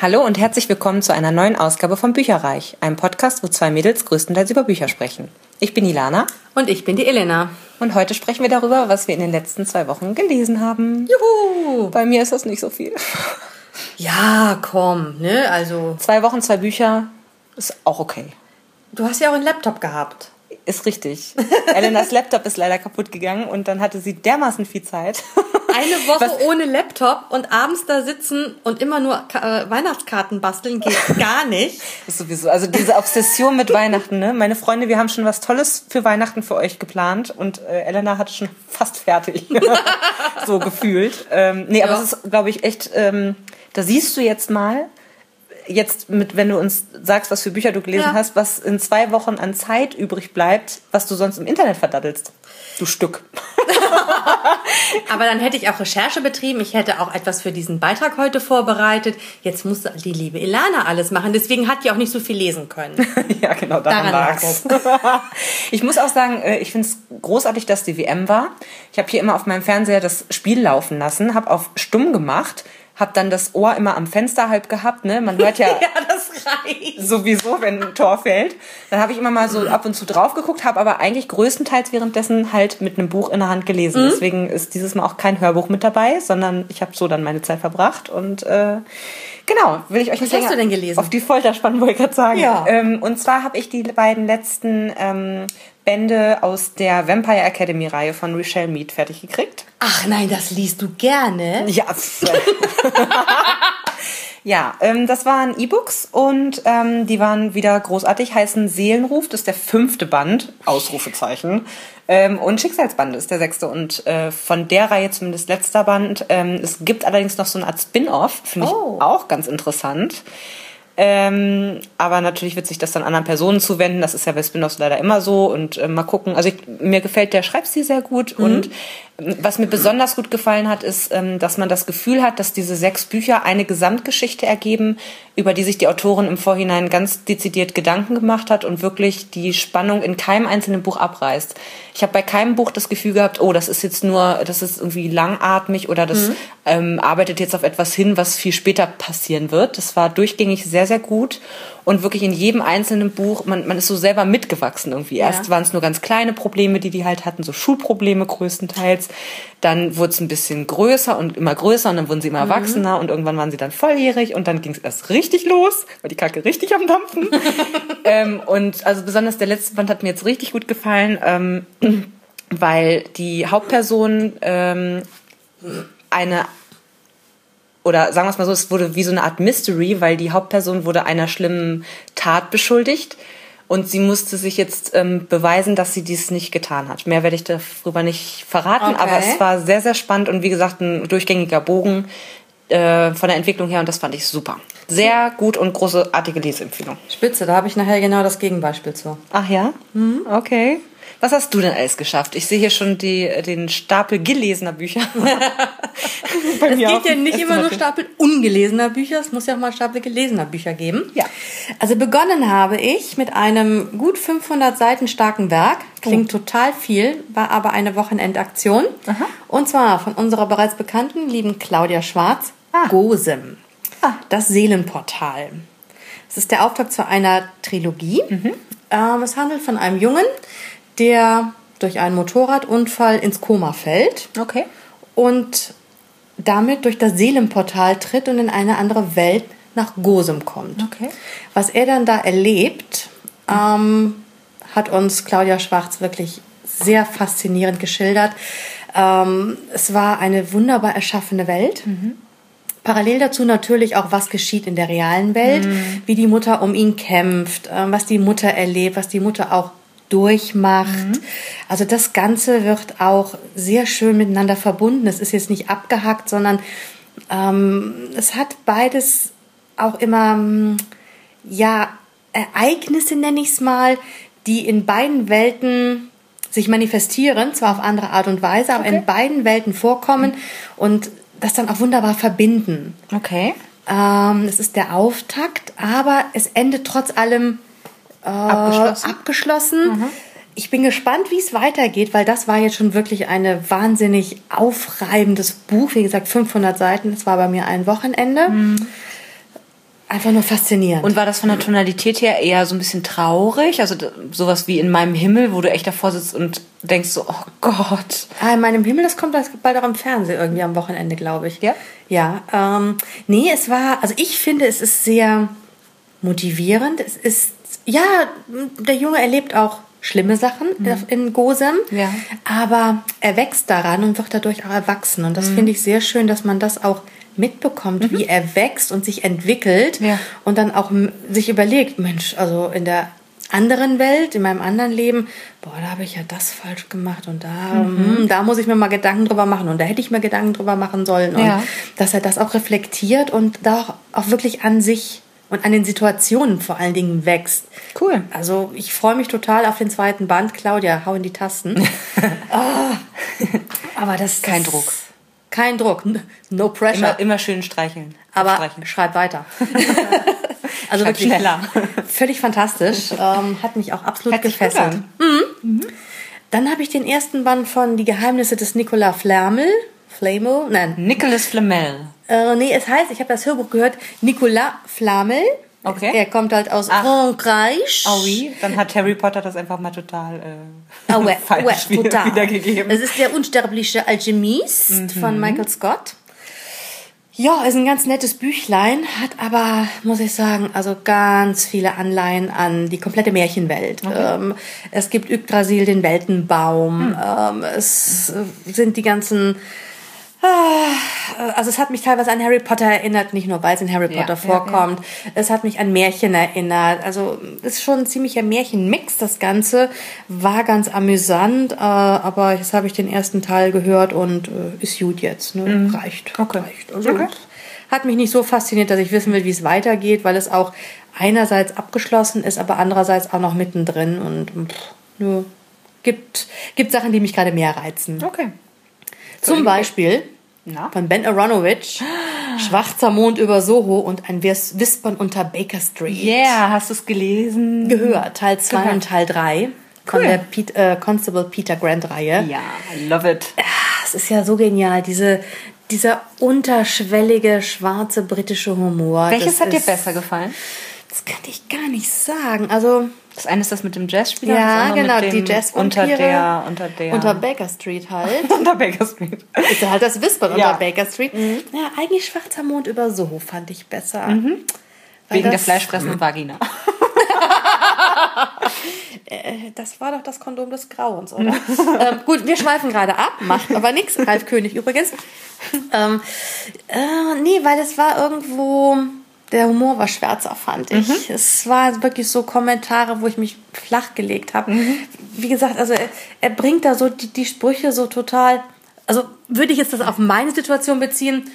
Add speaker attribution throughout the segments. Speaker 1: Hallo und herzlich willkommen zu einer neuen Ausgabe von Bücherreich, einem Podcast, wo zwei Mädels größtenteils über Bücher sprechen. Ich bin Ilana
Speaker 2: Und ich bin die Elena.
Speaker 1: und heute sprechen wir darüber, was wir in den letzten zwei Wochen gelesen haben.
Speaker 2: Juhu!
Speaker 1: Bei mir ist das nicht so viel.
Speaker 2: Ja, komm, ne? Also,
Speaker 1: Zwei Wochen, zwei Bücher ist auch okay.
Speaker 2: du hast ja auch einen Laptop gehabt.
Speaker 1: Ist richtig. Elenas Laptop ist leider kaputt gegangen und dann hatte sie dermaßen viel Zeit.
Speaker 2: Eine Woche ohne Laptop und abends da sitzen und immer nur Ka- äh, Weihnachtskarten basteln geht gar nicht.
Speaker 1: Ist sowieso, also diese Obsession mit Weihnachten, ne? Meine Freunde, wir haben schon was Tolles für Weihnachten für euch geplant und äh, Elena hat schon fast fertig. so gefühlt. Ähm, nee, aber
Speaker 2: Ja.
Speaker 1: es ist, glaube ich, echt, ähm, da siehst du jetzt mal, jetzt mit, wenn du uns sagst, was für Bücher du gelesen
Speaker 2: Ja.
Speaker 1: hast, was in zwei Wochen an Zeit übrig bleibt, was du sonst im Internet verdaddelst. Du Stück.
Speaker 2: Aber dann hätte ich auch Recherche betrieben. Ich hätte auch etwas für diesen Beitrag heute vorbereitet. Jetzt musste die liebe Ilana alles machen. Deswegen hat die auch nicht so viel lesen können.
Speaker 1: ja, genau, daran,
Speaker 2: Daran
Speaker 1: lag's. ich muss auch sagen, äh, ich finde es großartig, dass die WM war. Ich habe hier immer auf meinem Fernseher das Spiel laufen lassen, habe auf stumm gemacht, habe dann das Ohr immer am Fenster halb gehabt. Ne? Man hört ja
Speaker 2: ja, das reicht.
Speaker 1: sowieso, wenn ein Tor fällt. Dann habe ich immer mal so ab und zu drauf geguckt, habe aber eigentlich größtenteils währenddessen halt mit einem Buch in der Hand gelesen.
Speaker 2: Mhm.
Speaker 1: Deswegen ist dieses Mal auch kein Hörbuch mit dabei, sondern ich habe so dann meine Zeit verbracht und äh, genau, will ich euch nicht
Speaker 2: hast
Speaker 1: länger
Speaker 2: du denn gelesen?
Speaker 1: auf die Folter spannen, wollte ich gerade sagen.
Speaker 2: Ja.
Speaker 1: Ähm, und zwar habe ich die beiden letzten ähm, Bände aus der Vampire Academy Reihe von Richelle Mead fertig gekriegt.
Speaker 2: Ach nein, das liest du gerne.
Speaker 1: Ja. pf. ja, ähm, das waren E-Books und ähm, die waren wieder großartig, heißen Seelenruf, das ist der fünfte Band, Ausrufezeichen. Ähm, und Schicksalsband ist der sechste und äh, von der Reihe zumindest letzter Band. Ähm, es gibt allerdings noch so eine Art Spin-off, finde
Speaker 2: Oh.
Speaker 1: ich auch ganz interessant. Ähm, aber natürlich wird sich das dann anderen Personen zuwenden. Das ist ja bei Spin-offs leider immer so. Und äh, mal gucken. Also ich, mir gefällt der Schreibstil sehr gut. Und ähm, was mir besonders gut gefallen hat, ist, ähm, dass man das Gefühl hat, dass diese sechs Bücher eine Gesamtgeschichte ergeben, über die sich die Autorin im Vorhinein ganz dezidiert Gedanken gemacht hat und wirklich die Spannung in keinem einzelnen Buch abreißt. Ich habe bei keinem Buch das Gefühl gehabt, oh, das ist jetzt nur, das ist irgendwie langatmig oder das ähm, arbeitet jetzt auf etwas hin, was viel später passieren wird. Das war durchgängig sehr, sehr gut und wirklich in jedem einzelnen Buch, man, man ist so selber mitgewachsen irgendwie. Erst
Speaker 2: Ja.
Speaker 1: waren es nur ganz kleine Probleme, die die halt hatten, so Schulprobleme größtenteils. Dann wurde es ein bisschen größer und immer größer und dann wurden sie immer erwachsener und irgendwann waren sie dann volljährig und dann ging es erst richtig los, weil die Kacke richtig am Dampfen. ähm, und also besonders der letzte Band hat mir jetzt richtig gut gefallen. Ähm, weil die Hauptperson ähm, eine oder sagen wir es mal so, es wurde wie so eine Art Mystery, weil die Hauptperson wurde einer schlimmen Tat beschuldigt und sie musste sich jetzt ähm, beweisen, dass sie dies nicht getan hat. Mehr werde ich darüber nicht verraten,
Speaker 2: Okay.
Speaker 1: aber es war sehr, sehr spannend und wie gesagt ein durchgängiger Bogen äh, von der Entwicklung her und das fand ich super. Sehr gut und großartige Leseempfehlung.
Speaker 2: Spitze, da habe ich nachher genau das Gegenbeispiel zu.
Speaker 1: Ach ja? Okay. Was hast du denn alles geschafft? Ich sehe hier schon die, den Stapel gelesener Bücher. Bei
Speaker 2: Es
Speaker 1: mir auf
Speaker 2: gibt ja
Speaker 1: dem
Speaker 2: nicht immer nur
Speaker 1: Esszimmer.
Speaker 2: Stapel ungelesener Bücher, es muss ja auch mal Stapel gelesener Bücher geben.
Speaker 1: Ja.
Speaker 2: Also begonnen habe ich mit einem gut 500 Seiten starken Werk, klingt
Speaker 1: Oh.
Speaker 2: total viel, war aber eine Wochenendaktion. Und zwar von unserer bereits bekannten lieben Claudia Schwarz,
Speaker 1: Ah.
Speaker 2: Gosem.
Speaker 1: Ah.
Speaker 2: Das Seelenportal. Es ist der Auftakt zu einer Trilogie.
Speaker 1: Mhm.
Speaker 2: Ähm, es handelt von einem Jungen, der durch einen Motorradunfall ins Koma fällt
Speaker 1: Okay.
Speaker 2: und damit durch das Seelenportal tritt und in eine andere Welt nach Gosem kommt.
Speaker 1: Okay.
Speaker 2: Was er dann da erlebt, ähm, hat uns Claudia Schwarz wirklich sehr faszinierend geschildert. Ähm, es war eine wunderbar erschaffene Welt. Parallel dazu natürlich auch, was geschieht in der realen Welt, wie die Mutter um ihn kämpft, ähm, was die Mutter erlebt, was die Mutter auch durchmacht. Also das Ganze wird auch sehr schön miteinander verbunden. Es ist jetzt nicht abgehackt, sondern ähm, es hat beides auch immer, mm, ja, Ereignisse nenne ich es mal, die in beiden Welten sich manifestieren, zwar auf andere Art und Weise, aber in beiden Welten vorkommen und das dann auch wunderbar verbinden.
Speaker 1: Okay.
Speaker 2: Ähm, es ist der Auftakt, aber es endet trotz allem äh,
Speaker 1: Abgeschlossen.
Speaker 2: abgeschlossen. Ich bin gespannt, wie es weitergeht, weil das war jetzt schon wirklich ein wahnsinnig aufreibendes Buch. Wie gesagt, 500 Seiten. Das war bei mir ein Wochenende. Einfach nur faszinierend.
Speaker 1: Und war das von der Tonalität her eher so ein bisschen traurig? Also d- sowas wie in meinem Himmel, wo du echt davor sitzt und denkst so, oh Gott.
Speaker 2: Ah, in meinem Himmel, das kommt das bald auch im Fernsehen irgendwie am Wochenende, glaube ich.
Speaker 1: Ja?
Speaker 2: Ja. Ähm, nee, es war, also ich finde, es ist sehr motivierend. Es ist, ja, der Junge erlebt auch schlimme Sachen in Gosem,
Speaker 1: Mhm. Ja.
Speaker 2: aber er wächst daran und wird dadurch auch erwachsen. Und
Speaker 1: Mhm.
Speaker 2: das finde ich sehr schön, dass man das auch mitbekommt, wie er wächst und sich entwickelt
Speaker 1: Ja.
Speaker 2: und dann auch m- sich überlegt, Mensch, also in der anderen Welt, in meinem anderen Leben, boah, da habe ich ja das falsch gemacht und da, hm, da muss ich mir mal Gedanken drüber machen und da hätte ich mir Gedanken drüber machen sollen und
Speaker 1: Ja.
Speaker 2: dass er das auch reflektiert und da auch, auch wirklich an sich und an den Situationen vor allen Dingen wächst.
Speaker 1: Cool.
Speaker 2: Also ich freue mich total auf den zweiten Band. Claudia, hau in die Tasten. Ah, aber das
Speaker 1: Kein
Speaker 2: das-
Speaker 1: Druck.
Speaker 2: Kein Druck. No pressure.
Speaker 1: Immer, immer schön streicheln.
Speaker 2: Aber
Speaker 1: streicheln.
Speaker 2: schreib weiter. also
Speaker 1: Schreib
Speaker 2: wirklich
Speaker 1: schneller.
Speaker 2: Völlig fantastisch. Ähm, hat mich auch absolut
Speaker 1: Hat sich
Speaker 2: gefesselt.
Speaker 1: gelohnt.
Speaker 2: Mhm. Dann habe ich den ersten Band von Die Geheimnisse des Nicolas Flamel. Flamel? Nein.
Speaker 1: Nicholas Flamel.
Speaker 2: Äh, nee, es heißt, ich habe das Hörbuch gehört, Nicolas Flamel.
Speaker 1: Okay.
Speaker 2: Er kommt halt aus
Speaker 1: Ach.
Speaker 2: Frankreich.
Speaker 1: Oh, oui. Dann hat Harry Potter das einfach mal total äh,
Speaker 2: Ah, ouais,
Speaker 1: falsch
Speaker 2: ouais,
Speaker 1: wieder-
Speaker 2: total.
Speaker 1: wiedergegeben. Mhm.
Speaker 2: Es ist der unsterbliche Alchemist von Michael Scott. Ja, ist ein ganz nettes Büchlein, hat aber, muss ich sagen, also ganz viele Anleihen an die komplette Märchenwelt. Ähm, es gibt Yggdrasil, den Weltenbaum,
Speaker 1: Hm.
Speaker 2: ähm, es äh, sind die ganzen Ah, Also es hat mich teilweise an Harry Potter erinnert, nicht nur weil es in Harry
Speaker 1: Ja,
Speaker 2: Potter
Speaker 1: ja,
Speaker 2: vorkommt. Es hat mich an Märchen erinnert. Also es ist schon ein ziemlicher Märchenmix das Ganze. War ganz amüsant, äh, aber jetzt habe ich den ersten Teil gehört und äh, ist gut jetzt. Ne? Reicht.
Speaker 1: Mhm. Okay.
Speaker 2: Reicht. Also,
Speaker 1: Okay.
Speaker 2: Hat mich nicht so fasziniert, dass ich wissen will, wie es weitergeht, weil es auch einerseits abgeschlossen ist, aber andererseits auch noch mittendrin und pff, nö. Gibt, gibt Sachen, die mich gerade mehr reizen.
Speaker 1: Okay.
Speaker 2: Zum Beispiel
Speaker 1: Na?
Speaker 2: von Ben Aronovich, Schwarzer Mond über Soho und ein Wis- Wispern unter Baker Street.
Speaker 1: Yeah, hast du es gelesen?
Speaker 2: Gehör, Teil 2
Speaker 1: Gehört.
Speaker 2: und Teil 3 von
Speaker 1: Cool.
Speaker 2: der Pete, äh, Constable Peter Grant Reihe.
Speaker 1: Ja, I love it.
Speaker 2: Das ist ja so genial, diese, dieser unterschwellige, schwarze britische Humor.
Speaker 1: Welches
Speaker 2: das
Speaker 1: hat dir
Speaker 2: ist-
Speaker 1: besser gefallen?
Speaker 2: Das kann ich gar nicht sagen. Also,
Speaker 1: Das eine ist das mit dem Jazzspieler.
Speaker 2: Ja,
Speaker 1: das andere
Speaker 2: genau,
Speaker 1: mit dem
Speaker 2: die Jazzvampire.
Speaker 1: Unter der, unter der.
Speaker 2: unter Baker Street halt.
Speaker 1: unter Baker Street.
Speaker 2: Ist ja halt das Wispern
Speaker 1: Ja. Mhm.
Speaker 2: unter Baker Street. Ja, eigentlich Schwarzer Mond über Soho fand ich besser. Weil
Speaker 1: Wegen der
Speaker 2: das-
Speaker 1: fleischfressenden Vagina.
Speaker 2: Das war doch das Kondom des Grauens, oder? ähm, gut, wir schweifen gerade ab, macht aber nichts. Ralf König übrigens. Ähm, äh, nee, weil es war irgendwo. Der Humor war schwärzer, fand ich. Es war wirklich so Kommentare, wo ich mich flach gelegt habe. Wie gesagt, also er, er bringt da so die, die Sprüche so total. Also würde ich jetzt das auf meine Situation beziehen?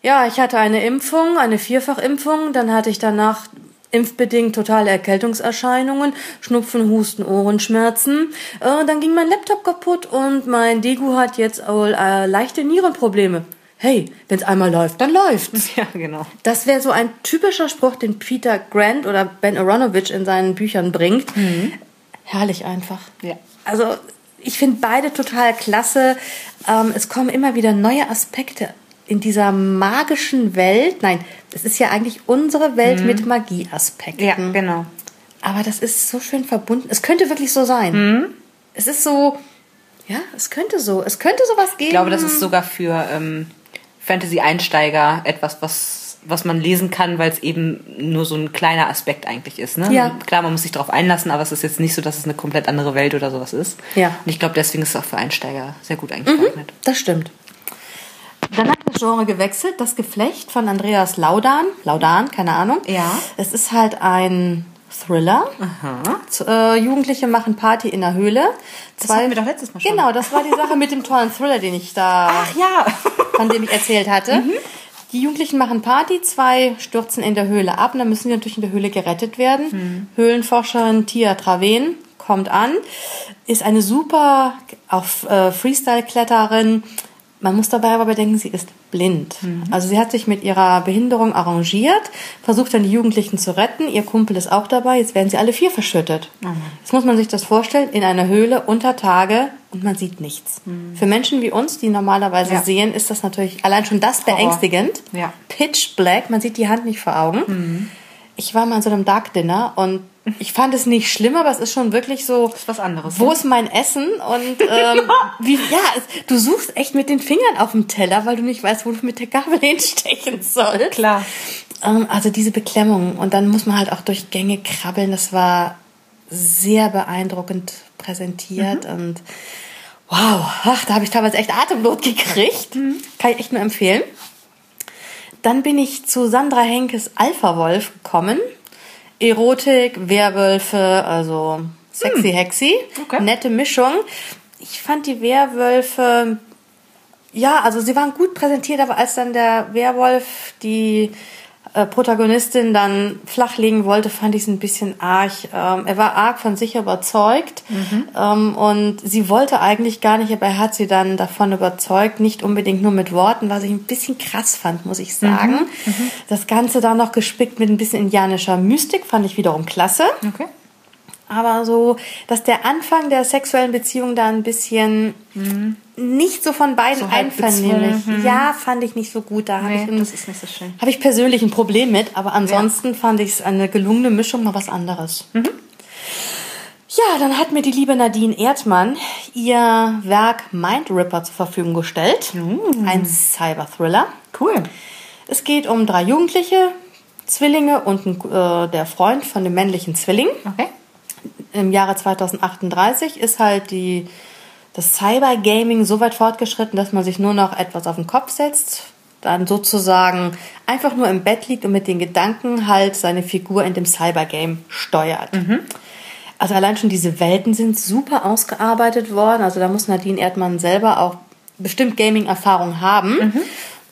Speaker 2: Ja, ich hatte eine Impfung, eine Vierfachimpfung, dann hatte ich danach impfbedingt totale Erkältungserscheinungen, Schnupfen, Husten, Ohrenschmerzen. Äh, dann ging mein Laptop kaputt und mein Degu hat jetzt wohl äh, leichte Nierenprobleme. Hey, wenn's einmal läuft, dann läuft's.
Speaker 1: ja, genau.
Speaker 2: Das wäre so ein typischer Spruch, den Peter Grant oder Ben Aronovich in seinen Büchern bringt. Herrlich einfach.
Speaker 1: Mhm. Ja.
Speaker 2: Also ich finde beide total klasse. Ähm, es kommen immer wieder neue Aspekte in dieser magischen Welt. Nein, es ist ja eigentlich unsere Welt mit Magieaspekten.
Speaker 1: Mhm. Ja, genau.
Speaker 2: Aber das ist so schön verbunden. Es könnte wirklich so sein.
Speaker 1: Mhm.
Speaker 2: Es ist so, ja, es könnte so. Es könnte sowas geben.
Speaker 1: Ich glaube, das ist sogar für ähm, Fantasy-Einsteiger etwas, was, was man lesen kann, weil es eben nur so ein kleiner Aspekt eigentlich ist. Ne?
Speaker 2: Ja.
Speaker 1: Klar, man muss sich darauf einlassen, aber es ist jetzt nicht so, dass es eine komplett andere Welt oder sowas ist.
Speaker 2: Ja. Mhm.
Speaker 1: Und ich glaube, deswegen ist es auch für Einsteiger sehr gut eingeeignet.
Speaker 2: Das stimmt. Dann hat das Genre gewechselt, das Geflecht von Andreas Laudan. Laudan, keine Ahnung.
Speaker 1: Ja.
Speaker 2: Es ist halt ein Thriller. Z- Äh, Jugendliche machen Party in der Höhle.
Speaker 1: hatten wir doch letztes Mal schon. Ah,
Speaker 2: Genau, das war die Sache mit dem tollen Thriller, den ich da
Speaker 1: Ach ja.
Speaker 2: von dem ich erzählt hatte. Die Jugendlichen machen Party, zwei stürzen in der Höhle ab und dann müssen die natürlich in der Höhle gerettet werden. Höhlenforscherin Tia Traven kommt an, ist eine super auf äh, Freestyle-Kletterin, Man muss dabei aber bedenken, sie ist blind.
Speaker 3: Mhm.
Speaker 2: Also sie hat sich mit ihrer Behinderung arrangiert, versucht dann die Jugendlichen zu retten. Ihr Kumpel ist auch dabei. Jetzt werden sie alle vier verschüttet.
Speaker 3: Mhm.
Speaker 2: Jetzt muss man sich das vorstellen, in einer Höhle unter Tage und man sieht nichts. Für Menschen wie uns, die normalerweise
Speaker 3: Mhm. Ja.
Speaker 2: sehen, ist das natürlich allein schon das beängstigend.
Speaker 3: Ja. Mhm.
Speaker 2: Pitch black, man sieht die Hand nicht vor Augen. Ich war mal in so einem Dark Dinner und ich fand es nicht schlimm, aber es ist schon wirklich so.
Speaker 3: Ist was anderes,
Speaker 2: Wo
Speaker 3: ne?
Speaker 2: ist mein Essen? Und ähm, wie, ja, es, du suchst echt mit den Fingern auf dem Teller, weil du nicht weißt, wo du mit der Gabel hinstechen sollst.
Speaker 1: Klar.
Speaker 2: Ähm, also diese Beklemmung. Und dann muss man halt auch durch Gänge krabbeln. Das war sehr beeindruckend präsentiert und wow, ach, da habe ich teilweise echt Atemnot gekriegt. Kann ich echt nur empfehlen. Dann bin ich zu Sandra Henkes Alpha Wolf gekommen. Erotik, Werwölfe, also sexy hexy.
Speaker 1: Okay.
Speaker 2: Nette Mischung. Ich fand die Werwölfe ja, also sie waren gut präsentiert, aber als dann der Werwolf die äh, Protagonistin dann flachlegen wollte, fand ich es ein bisschen arg. Ähm, er war arg von sich überzeugt ähm, und sie wollte eigentlich gar nicht, aber er hat sie dann davon überzeugt, nicht unbedingt nur mit Worten, was ich ein bisschen krass fand, muss ich sagen. Das Ganze dann noch gespickt mit ein bisschen indianischer Mystik, fand ich wiederum klasse.
Speaker 3: Okay.
Speaker 2: Aber so, dass der Anfang der sexuellen Beziehung da ein bisschen nicht so von beiden
Speaker 3: So halb hm.
Speaker 2: einvernehmlich. Ja, fand ich nicht so gut. Da habe
Speaker 3: Nee,
Speaker 2: Ah, ich, ein-
Speaker 3: das ist nicht so schön.
Speaker 2: habe ich persönlich ein Problem mit, aber ansonsten fand ich es eine gelungene Mischung, mal was anderes.
Speaker 3: Mhm.
Speaker 2: Ja, dann hat mir die liebe Nadine Erdmann ihr Werk Mind Ripper zur Verfügung gestellt.
Speaker 3: Mhm.
Speaker 2: Ein Cyber-Thriller.
Speaker 1: Cool.
Speaker 2: Es geht um drei Jugendliche, Zwillinge und ein, äh, der Freund von dem männlichen Zwilling
Speaker 3: Okay.
Speaker 2: im Jahre 2038 ist halt die, das Cybergaming so weit fortgeschritten, dass man sich nur noch etwas auf den Kopf setzt, dann sozusagen einfach nur im Bett liegt und mit den Gedanken halt seine Figur in dem Cybergame steuert. Also allein schon diese Welten sind super ausgearbeitet worden. Also da muss Nadine Erdmann selber auch bestimmt Gaming-Erfahrung haben.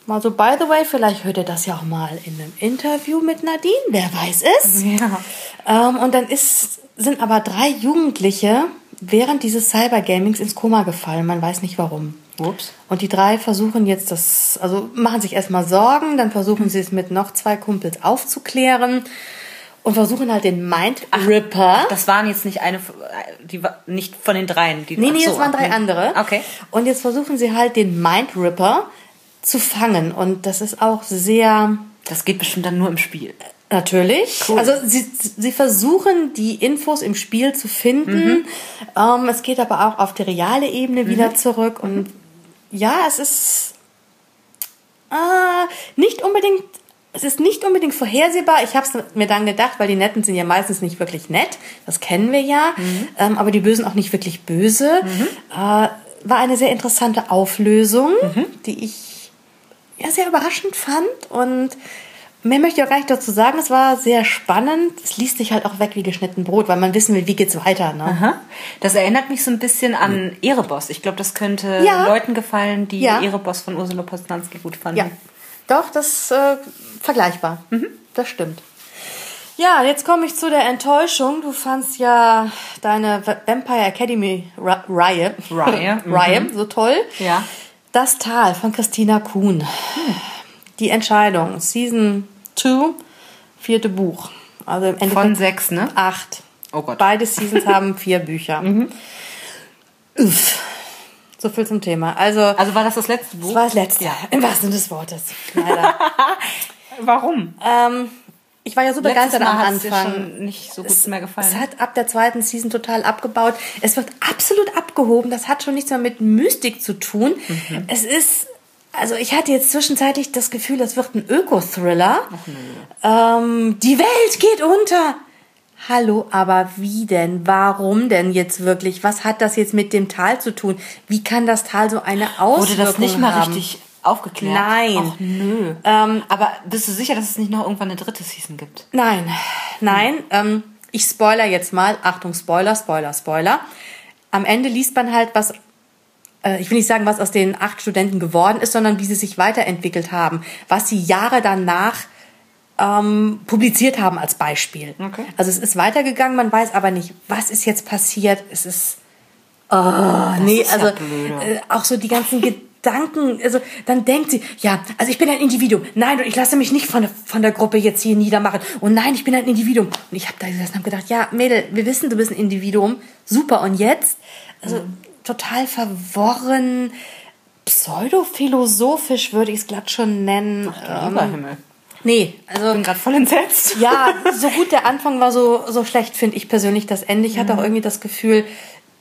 Speaker 2: Mal so, by the way, vielleicht hört ihr das ja auch mal in einem Interview mit Nadine. Wer weiß es?
Speaker 3: Ja.
Speaker 2: Ähm, und dann ist, sind aber drei Jugendliche während dieses Cybergamings ins Koma gefallen. Man weiß nicht warum.
Speaker 3: Ups.
Speaker 2: Und die drei versuchen jetzt das, also machen sich erstmal Sorgen, dann versuchen sie es mit noch zwei Kumpels aufzuklären und versuchen halt den Mind Ripper.
Speaker 1: Das waren jetzt nicht eine, die war nicht von den dreien. Die,
Speaker 2: Nee,
Speaker 1: ach
Speaker 2: nee,
Speaker 1: so,
Speaker 2: es waren drei
Speaker 1: okay.
Speaker 2: andere.
Speaker 1: Okay.
Speaker 2: Und jetzt versuchen sie halt den Mind Ripper zu fangen. Und das ist auch sehr
Speaker 1: Das geht bestimmt dann nur im Spiel.
Speaker 2: Natürlich. Also sie, sie versuchen, die Infos im Spiel zu finden. Ähm, es geht aber auch auf die reale Ebene wieder zurück. Und ja, es ist äh, nicht unbedingt, es ist nicht unbedingt vorhersehbar. Ich habe es mir dann gedacht, weil die Netten sind ja meistens nicht wirklich nett. Das kennen wir ja. Ähm, aber die Bösen auch nicht wirklich böse. Äh, war eine sehr interessante Auflösung, die ich ja, sehr überraschend fand und mehr möchte ich auch gar nicht dazu sagen. Es war sehr spannend. Es liest sich halt auch weg wie geschnitten Brot, weil man wissen will, wie geht's weiter. Ne?
Speaker 1: Aha. Hm. Das erinnert mich so ein bisschen an Ereboss. Ich glaube, das könnte
Speaker 2: Ja.
Speaker 1: Leuten gefallen, die
Speaker 2: Ja.
Speaker 1: Ereboss von Ursula Poznanski gut fanden.
Speaker 2: Ja, doch, das ist äh, vergleichbar.
Speaker 1: Mhm.
Speaker 2: Das stimmt. Ja, jetzt komme ich zu der Enttäuschung. Du fandst ja deine Va- Vampire Academy Ra- Reihe.
Speaker 1: Reihe, mhm.
Speaker 2: Reihe, so toll.
Speaker 1: Ja. Hm.
Speaker 2: Das Tal von Christina Kuhn. Die Entscheidung, Season 2, vierte Buch. Also im Endeffekt
Speaker 1: Von sechs, ne?
Speaker 2: Acht.
Speaker 1: Oh Gott.
Speaker 2: Beide Seasons haben vier Bücher. Uff. So viel zum Thema. Also,
Speaker 1: Also war das das letzte
Speaker 2: das
Speaker 1: Buch?
Speaker 2: war das letzte.
Speaker 1: Ja.
Speaker 2: Im wahrsten Sinne des Wortes. Leider.
Speaker 1: Warum?
Speaker 2: ähm, ich war ja so
Speaker 1: Letztes
Speaker 2: begeistert
Speaker 1: Äh, Mal
Speaker 2: am
Speaker 1: hat es dir
Speaker 2: Anfang.
Speaker 1: schon nicht so gut mehr gefallen.
Speaker 2: Es hat ab der zweiten Season total abgebaut. Es wird absolut abgehoben. Das hat schon nichts mehr mit Mystik zu tun.
Speaker 1: Mhm.
Speaker 2: Es ist, also ich hatte jetzt zwischenzeitlich das Gefühl, das wird ein Öko-Thriller. Ähm, die Welt geht unter. Hallo, aber wie denn? Warum denn jetzt wirklich? Was hat das jetzt mit dem Tal zu tun? Wie kann das Tal so eine Auswirkung
Speaker 1: Wurde das nicht mal
Speaker 2: haben?
Speaker 1: richtig aufgeklärt?
Speaker 2: Nein.
Speaker 1: Och, nö.
Speaker 2: Ähm,
Speaker 1: Aber bist du sicher, dass es nicht noch irgendwann eine dritte Season gibt?
Speaker 2: Nein, nein. Ähm, ich spoiler jetzt mal. Achtung, Spoiler, Spoiler, Spoiler. Am Ende liest man halt, was, äh, ich will nicht sagen, was aus den acht Studenten geworden ist, sondern wie sie sich weiterentwickelt haben. Was sie Jahre danach ähm, publiziert haben als Beispiel.
Speaker 1: Okay.
Speaker 2: Also es ist weitergegangen, man weiß aber nicht, was ist jetzt passiert. Es ist. Oh, nee,
Speaker 1: ist ja
Speaker 2: also
Speaker 1: blöde.
Speaker 2: äh, auch so die ganzen Gedanken. Gedanken, also dann denkt sie, ja, also ich bin ein Individuum. Nein, und ich lasse mich nicht von der, von der Gruppe jetzt hier niedermachen. Und nein, ich bin ein Individuum. Und ich habe da gesessen und habe gedacht, ja, Mädel, wir wissen, du bist ein Individuum. Super, und jetzt? Also
Speaker 1: Mhm.
Speaker 2: total verworren, pseudophilosophisch würde ich es glatt schon nennen. Ähm,
Speaker 1: Ach, lieber Himmel.
Speaker 2: Nee,
Speaker 1: Ich
Speaker 2: also
Speaker 1: bin gerade voll entsetzt.
Speaker 2: ja, so gut der Anfang war, so, so schlecht finde ich persönlich das Ende. Ich hatte auch irgendwie das Gefühl,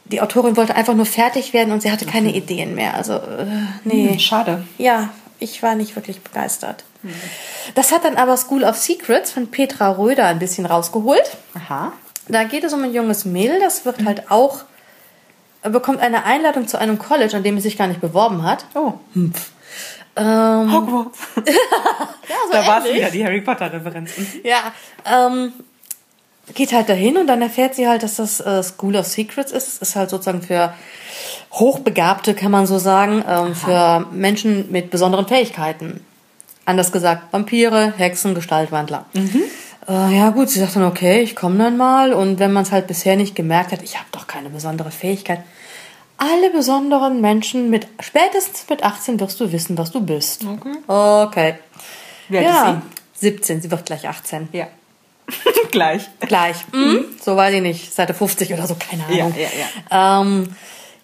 Speaker 2: die Autorin wollte einfach nur fertig werden und sie hatte keine Ideen mehr. Also, äh, nee.
Speaker 1: Schade.
Speaker 2: Ja, ich war nicht wirklich begeistert. Das hat dann aber School of Secrets von Petra Röder ein bisschen rausgeholt.
Speaker 1: Aha.
Speaker 2: Da geht es um ein junges Mädel, das wird halt auch, äh, bekommt eine Einladung zu einem College, an dem es sich gar nicht beworben hat.
Speaker 1: Oh.
Speaker 2: Ähm,
Speaker 1: Hogwarts.
Speaker 2: ja, so
Speaker 1: Da war es
Speaker 2: ähnlich.
Speaker 1: wieder, die Harry Potter-Referenzen.
Speaker 2: Ja, ähm, geht halt dahin und dann erfährt sie halt, dass das äh, School of Secrets ist. Es ist halt sozusagen für Hochbegabte, kann man so sagen, ähm, für Menschen mit besonderen Fähigkeiten. Anders gesagt, Vampire, Hexen, Gestaltwandler. Äh, ja gut, sie sagt dann, okay, ich komme dann mal. Und wenn man es halt bisher nicht gemerkt hat, ich habe doch keine besondere Fähigkeit. Alle besonderen Menschen mit, spätestens mit 18 wirst du wissen, was du bist. Okay. Okay.
Speaker 1: Wie alt
Speaker 2: Ja, 17, sie wird gleich 18.
Speaker 1: ist sie? Ja. Gleich.
Speaker 2: Gleich. Hm? So weiß ich nicht, Seite 50 oder so, keine
Speaker 1: Mhm. Ja,
Speaker 2: Ahnung.
Speaker 1: ja,
Speaker 2: ja. Ähm,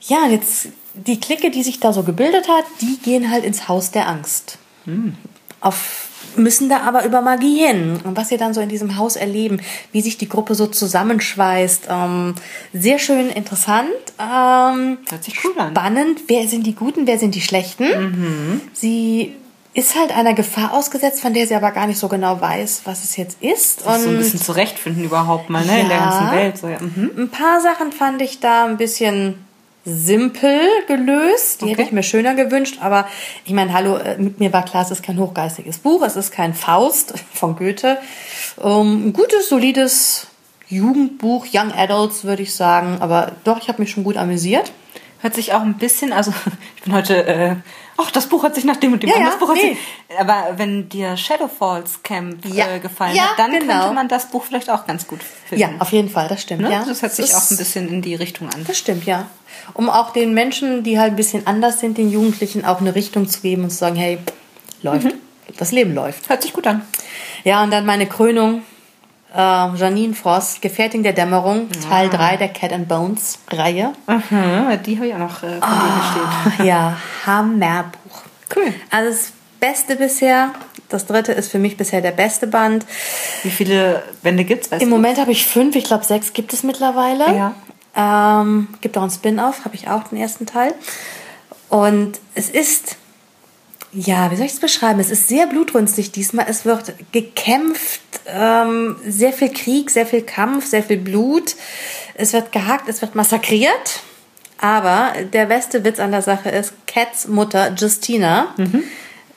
Speaker 2: ja, jetzt die Clique, die sich da so gebildet hat, die gehen halt ins Haus der Angst.
Speaker 1: Hm.
Speaker 2: Auf, müssen da aber über Magie hin. Und was sie dann so in diesem Haus erleben, wie sich die Gruppe so zusammenschweißt. Ähm, sehr schön interessant. Ähm,
Speaker 1: Hört sich cool an.
Speaker 2: spannend, wer sind die Guten, wer sind die Schlechten.
Speaker 1: Mhm.
Speaker 2: Sie ist halt einer Gefahr ausgesetzt, von der sie aber gar nicht so genau weiß, was es jetzt ist.
Speaker 1: Das so ein bisschen zurechtfinden überhaupt mal, ne? In der
Speaker 2: Ja.
Speaker 1: ganzen Welt. So, ja. mhm.
Speaker 2: Ein paar Sachen fand ich da ein bisschen simpel gelöst. Die hätte
Speaker 1: Okay.
Speaker 2: ich mir schöner gewünscht, aber ich meine, hallo, äh, mit mir war klar, es ist kein hochgeistiges Buch, es ist kein Faust von Goethe. Ähm, ein gutes, solides Jugendbuch, Young Adults, würde ich sagen, aber doch, ich habe mich schon gut amüsiert.
Speaker 1: Hört sich auch ein bisschen, also ich bin heute, äh, ach, das Buch hat sich nach dem und dem
Speaker 2: Ja,
Speaker 1: an,
Speaker 2: ja,
Speaker 1: das Buch hat
Speaker 2: nee.
Speaker 1: sich, aber wenn dir Shadow Falls Camp
Speaker 2: Ja.
Speaker 1: äh, gefallen
Speaker 2: Ja,
Speaker 1: hat, dann
Speaker 2: genau.
Speaker 1: könnte man das Buch vielleicht auch ganz gut finden.
Speaker 2: Ja, auf jeden Fall, das stimmt.
Speaker 1: Ne?
Speaker 2: Ja.
Speaker 1: Das hört
Speaker 2: Es
Speaker 1: sich
Speaker 2: ist-
Speaker 1: auch ein bisschen in die Richtung an.
Speaker 2: Das stimmt, ja. Um auch den Menschen, die halt ein bisschen anders sind, den Jugendlichen auch eine Richtung zu geben und zu sagen, hey, läuft.
Speaker 1: Mhm.
Speaker 2: Das Leben läuft.
Speaker 1: Hört sich gut an.
Speaker 2: Ja, und dann meine Krönung. Äh, Janine Frost, Gefährtin der Dämmerung, Teil 3 der Cat and Bones Reihe.
Speaker 1: Mhm, die habe ich auch noch äh, von dir
Speaker 2: Ja, Hammerbuch.
Speaker 1: Cool.
Speaker 2: Also das Beste bisher. Das dritte ist für mich bisher der beste Band.
Speaker 1: stehen. Wie viele Bände gibt's? Weißt
Speaker 2: Im
Speaker 1: du?
Speaker 2: Moment habe ich fünf, ich glaube sechs gibt es mittlerweile.
Speaker 1: Ja.
Speaker 2: Ähm, gibt auch einen Spin-off, habe ich auch den ersten Teil. Und es ist, ja, wie soll ich es beschreiben? Es ist sehr blutrünstig diesmal. Es wird gekämpft, ähm, sehr viel Krieg, sehr viel Kampf, sehr viel Blut. Es wird gehackt, es wird massakriert. Aber der beste Witz an der Sache ist, Cats Mutter Justina
Speaker 1: Mhm.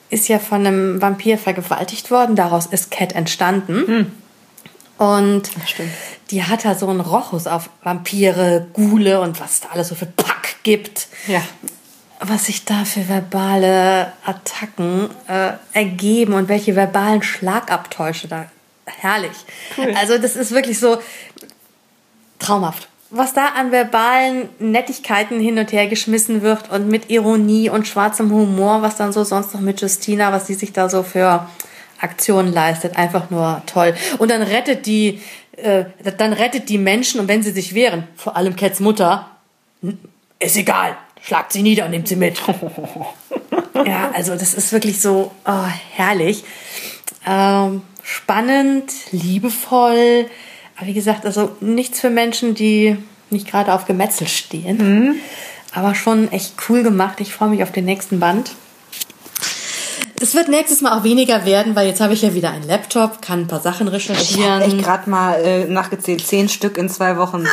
Speaker 2: ist ja von einem Vampir vergewaltigt worden. Daraus ist Cat entstanden. Und
Speaker 1: Hm. stimmt.
Speaker 2: die hat da so einen Rochus auf Vampire, Gule und was da alles so für Pack gibt.
Speaker 1: Ja.
Speaker 2: Was sich da für verbale Attacken äh, ergeben und welche verbalen Schlagabtäusche da. Herrlich. Also, das ist wirklich so traumhaft. Was da an verbalen Nettigkeiten hin und her geschmissen wird und mit Ironie und schwarzem Humor, was dann so sonst noch mit Justina, was sie sich da so für Aktionen leistet, einfach nur toll. Und dann rettet die, äh, dann rettet die Menschen und wenn sie sich wehren, vor allem Cats Mutter, hm, ist egal, schlagt sie nieder, nehmt sie mit. ja, also das ist wirklich so oh, herrlich. Ähm, spannend, liebevoll. Aber wie gesagt, also nichts für Menschen, die nicht gerade auf Gemetzel stehen. Aber schon echt cool gemacht. Ich freue mich auf den nächsten Band. Es wird nächstes Mal auch weniger werden, weil jetzt habe ich ja wieder einen Laptop, kann ein paar Sachen
Speaker 1: Ich
Speaker 2: recherchieren.
Speaker 1: habe echt gerade mal äh, nachgezählt, zehn Stück in zwei Wochen.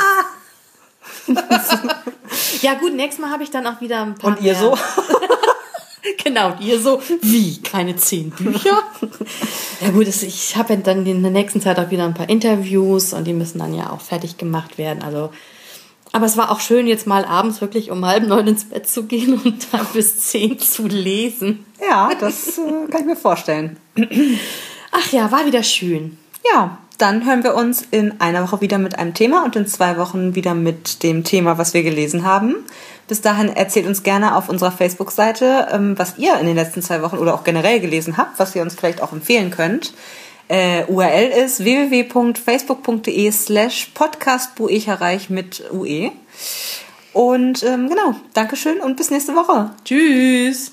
Speaker 2: ja gut, nächstes Mal habe ich dann auch wieder ein paar
Speaker 1: Und ihr
Speaker 2: mehr.
Speaker 1: so?
Speaker 2: Genau, und ihr so, wie, keine zehn Bücher? ja gut, das, ich habe ja dann in der nächsten Zeit auch wieder ein paar Interviews und die müssen dann ja auch fertig gemacht werden. Also, aber es war auch schön, jetzt mal abends wirklich um halb neun ins Bett zu gehen und dann bis zehn zu lesen.
Speaker 1: Ja, das äh, kann ich mir vorstellen.
Speaker 2: Ach ja, war wieder schön.
Speaker 1: Ja, Dann hören wir uns in einer Woche wieder mit einem Thema und in zwei Wochen wieder mit dem Thema, was wir gelesen haben. Bis dahin erzählt uns gerne auf unserer Facebook-Seite, ähm, was ihr in den letzten zwei Wochen oder auch generell gelesen habt, was ihr uns vielleicht auch empfehlen könnt. Äh, URL ist www.facebook.de slash podcastbuecherreich mit UE. Und ähm, genau, Dankeschön und bis nächste Woche.
Speaker 2: Tschüss.